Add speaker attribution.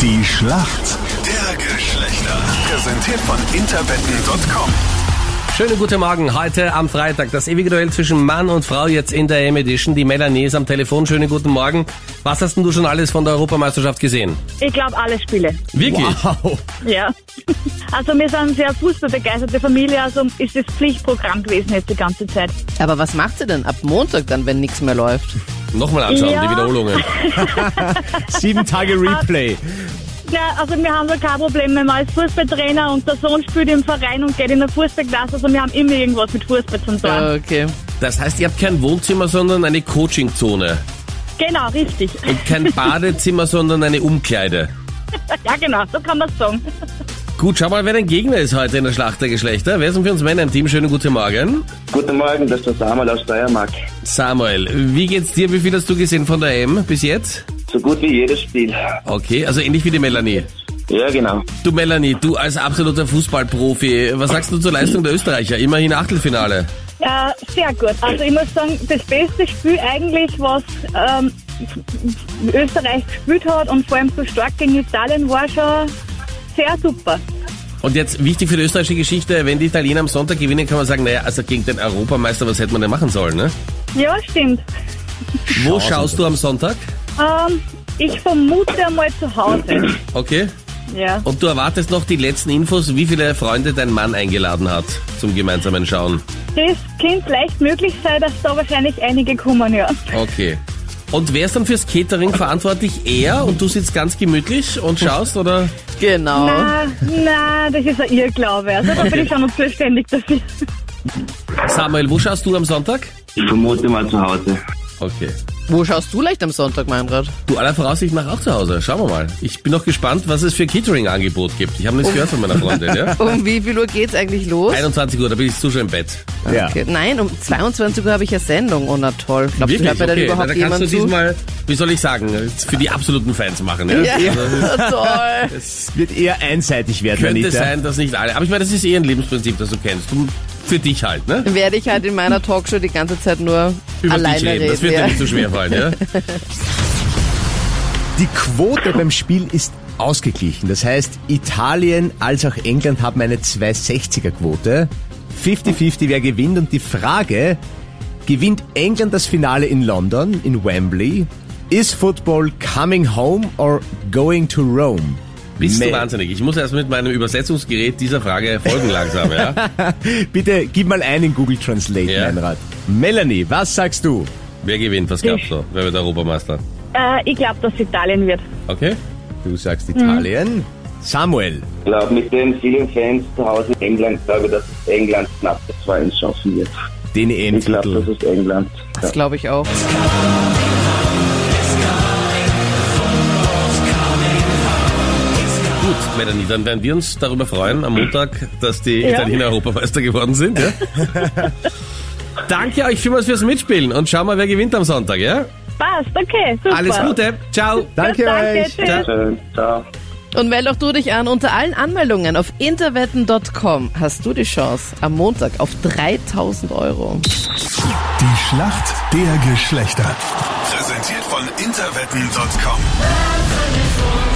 Speaker 1: Die Schlacht der Geschlechter. Präsentiert von interwetten.com.
Speaker 2: Schönen guten Morgen. Heute am Freitag das ewige Duell zwischen Mann und Frau jetzt in der M Edition. Die Melanie ist am Telefon. Schönen guten Morgen. Was hast denn du schon alles von der Europameisterschaft gesehen?
Speaker 3: Ich glaube, alle Spiele.
Speaker 2: Wirklich?
Speaker 3: Ja. Also wir sind sehr fußballbegeisterte Familie, also ist das Pflichtprogramm gewesen jetzt die ganze Zeit.
Speaker 4: Aber was macht sie denn ab Montag dann, wenn nichts mehr läuft?
Speaker 2: Nochmal anschauen,
Speaker 3: Ja.
Speaker 2: die Wiederholungen.
Speaker 5: Sieben Tage Replay.
Speaker 3: Ja, also wir haben da kein Problem. Mein Mann ist Fußballtrainer und der Sohn spielt im Verein und geht in der Fußballklasse, also wir haben immer irgendwas mit Fußball zu tun.
Speaker 4: Okay.
Speaker 2: Das heißt, ihr habt kein Wohnzimmer, sondern eine Coachingzone.
Speaker 3: Genau, richtig.
Speaker 2: Und kein Badezimmer, sondern eine Umkleide.
Speaker 3: ja genau, so kann man es sagen.
Speaker 2: Gut, schau mal, wer dein Gegner ist heute in der Schlacht der Geschlechter. Wer sind für uns Männer im Team? Schönen guten Morgen.
Speaker 6: Guten Morgen, das ist der Samuel aus Steiermark.
Speaker 2: Samuel, wie geht's dir? Wie viel hast du gesehen von der M bis jetzt?
Speaker 6: So gut wie jedes Spiel.
Speaker 2: Okay, also ähnlich wie die Melanie.
Speaker 6: Ja, genau.
Speaker 2: Du Melanie, du als absoluter Fußballprofi, was sagst du zur Leistung der Österreicher? Immerhin Achtelfinale.
Speaker 3: Äh, sehr gut. Also ich muss sagen, das beste Spiel eigentlich, was ähm, Österreich gespielt hat und vor allem so stark gegen Italien war schon sehr super.
Speaker 2: Und jetzt wichtig für die österreichische Geschichte, wenn die Italiener am Sonntag gewinnen, kann man sagen, naja, also gegen den Europameister, was hätte man denn machen sollen, ne?
Speaker 3: Ja, stimmt.
Speaker 2: Wo schaust du am Sonntag?
Speaker 3: Ähm, ich vermute mal zu Hause.
Speaker 2: Okay.
Speaker 3: Ja.
Speaker 2: Und du erwartest noch die letzten Infos, wie viele Freunde dein Mann eingeladen hat zum gemeinsamen Schauen.
Speaker 3: Das könnte leicht möglich sein, dass da wahrscheinlich einige kommen, ja.
Speaker 2: Okay. Und wer ist dann fürs Catering verantwortlich? Er und du sitzt ganz gemütlich und schaust oder?
Speaker 4: Genau.
Speaker 3: Ah, na, das ist ein Irrglaube. Also da bin ich schon noch zuständig dafür.
Speaker 2: Samuel, wo schaust du am Sonntag?
Speaker 6: Ich vermute mal zu Hause.
Speaker 2: Okay.
Speaker 4: Wo schaust du leicht am Sonntag, Meinrad?
Speaker 2: Du aller Voraussicht nach auch zu Hause. Schauen wir mal. Ich bin noch gespannt, was es für Catering-Angebot gibt. Ich habe
Speaker 4: Oh.
Speaker 2: nichts gehört von meiner Freundin, ja?
Speaker 4: Um wie viel Uhr geht's eigentlich los?
Speaker 2: 21 Uhr, da bin ich zu schon im Bett.
Speaker 5: Ja.
Speaker 4: Okay. Nein, um 22 Uhr habe ich ja Sendung. Oh, na toll. Glaubst
Speaker 2: Wirklich?
Speaker 4: du, hört mir dann
Speaker 2: okay. Na,
Speaker 4: überhaupt
Speaker 2: da kannst du
Speaker 4: jemand zu?
Speaker 2: diesmal, wie soll ich sagen, für die absoluten Fans machen, ja? Also,
Speaker 4: Ja, toll.
Speaker 5: Es wird eher einseitig werden,
Speaker 2: Könnte
Speaker 5: Anita.
Speaker 2: sein, dass nicht alle. Aber ich meine, das ist eh ein Lebensprinzip, das du kennst. Du, für dich halt, ne?
Speaker 4: Dann werde ich halt in meiner Talkshow die ganze Zeit nur
Speaker 2: Über
Speaker 4: alleine
Speaker 2: dich reden.
Speaker 4: reden.
Speaker 2: Das wird dir
Speaker 4: ja.
Speaker 2: nicht so schwer fallen, ja?
Speaker 5: Die Quote beim Spiel ist ausgeglichen. Das heißt, Italien als auch England haben eine 260er-Quote. 50-50, wer gewinnt. Und die Frage, gewinnt England das Finale in London, in Wembley? Is football coming home or going to Rome?
Speaker 2: Bist du
Speaker 5: Me-
Speaker 2: wahnsinnig? Ich muss erst mit meinem Übersetzungsgerät dieser Frage folgen langsam, ja?
Speaker 5: Bitte gib mal ein in Google Translate,
Speaker 2: Ja.
Speaker 5: mein Rat. Melanie, was sagst du?
Speaker 2: Wer gewinnt? Was gab's da? Wer wird Europameister?
Speaker 3: Äh, ich glaube, dass Italien wird.
Speaker 2: Okay?
Speaker 5: Du sagst Italien.
Speaker 6: Hm.
Speaker 5: Samuel.
Speaker 6: Ich glaube, mit den vielen Fans zu Hause in England, glaube ich, dass es England knapp das 2 schaffen wird.
Speaker 5: Den
Speaker 6: Ich glaube,
Speaker 5: EM-Titel.
Speaker 6: das ist England. Ja.
Speaker 4: Das glaube ich auch.
Speaker 2: Gut, Melanie, dann werden wir uns darüber freuen am Montag, dass die Italiener Europameister geworden sind, ja? Danke euch vielmals fürs Mitspielen und schauen wir, wer gewinnt am Sonntag, ja?
Speaker 3: Passt, okay, super.
Speaker 2: Alles Gute, ciao!
Speaker 5: Danke,
Speaker 3: Danke,
Speaker 5: euch.
Speaker 3: tschüss.
Speaker 6: Schön. Ciao.
Speaker 4: Und melde auch du dich an. Unter allen Anmeldungen auf interwetten.com hast du die Chance am Montag auf 3000 Euro.
Speaker 1: Die Schlacht der Geschlechter. Präsentiert von interwetten.com.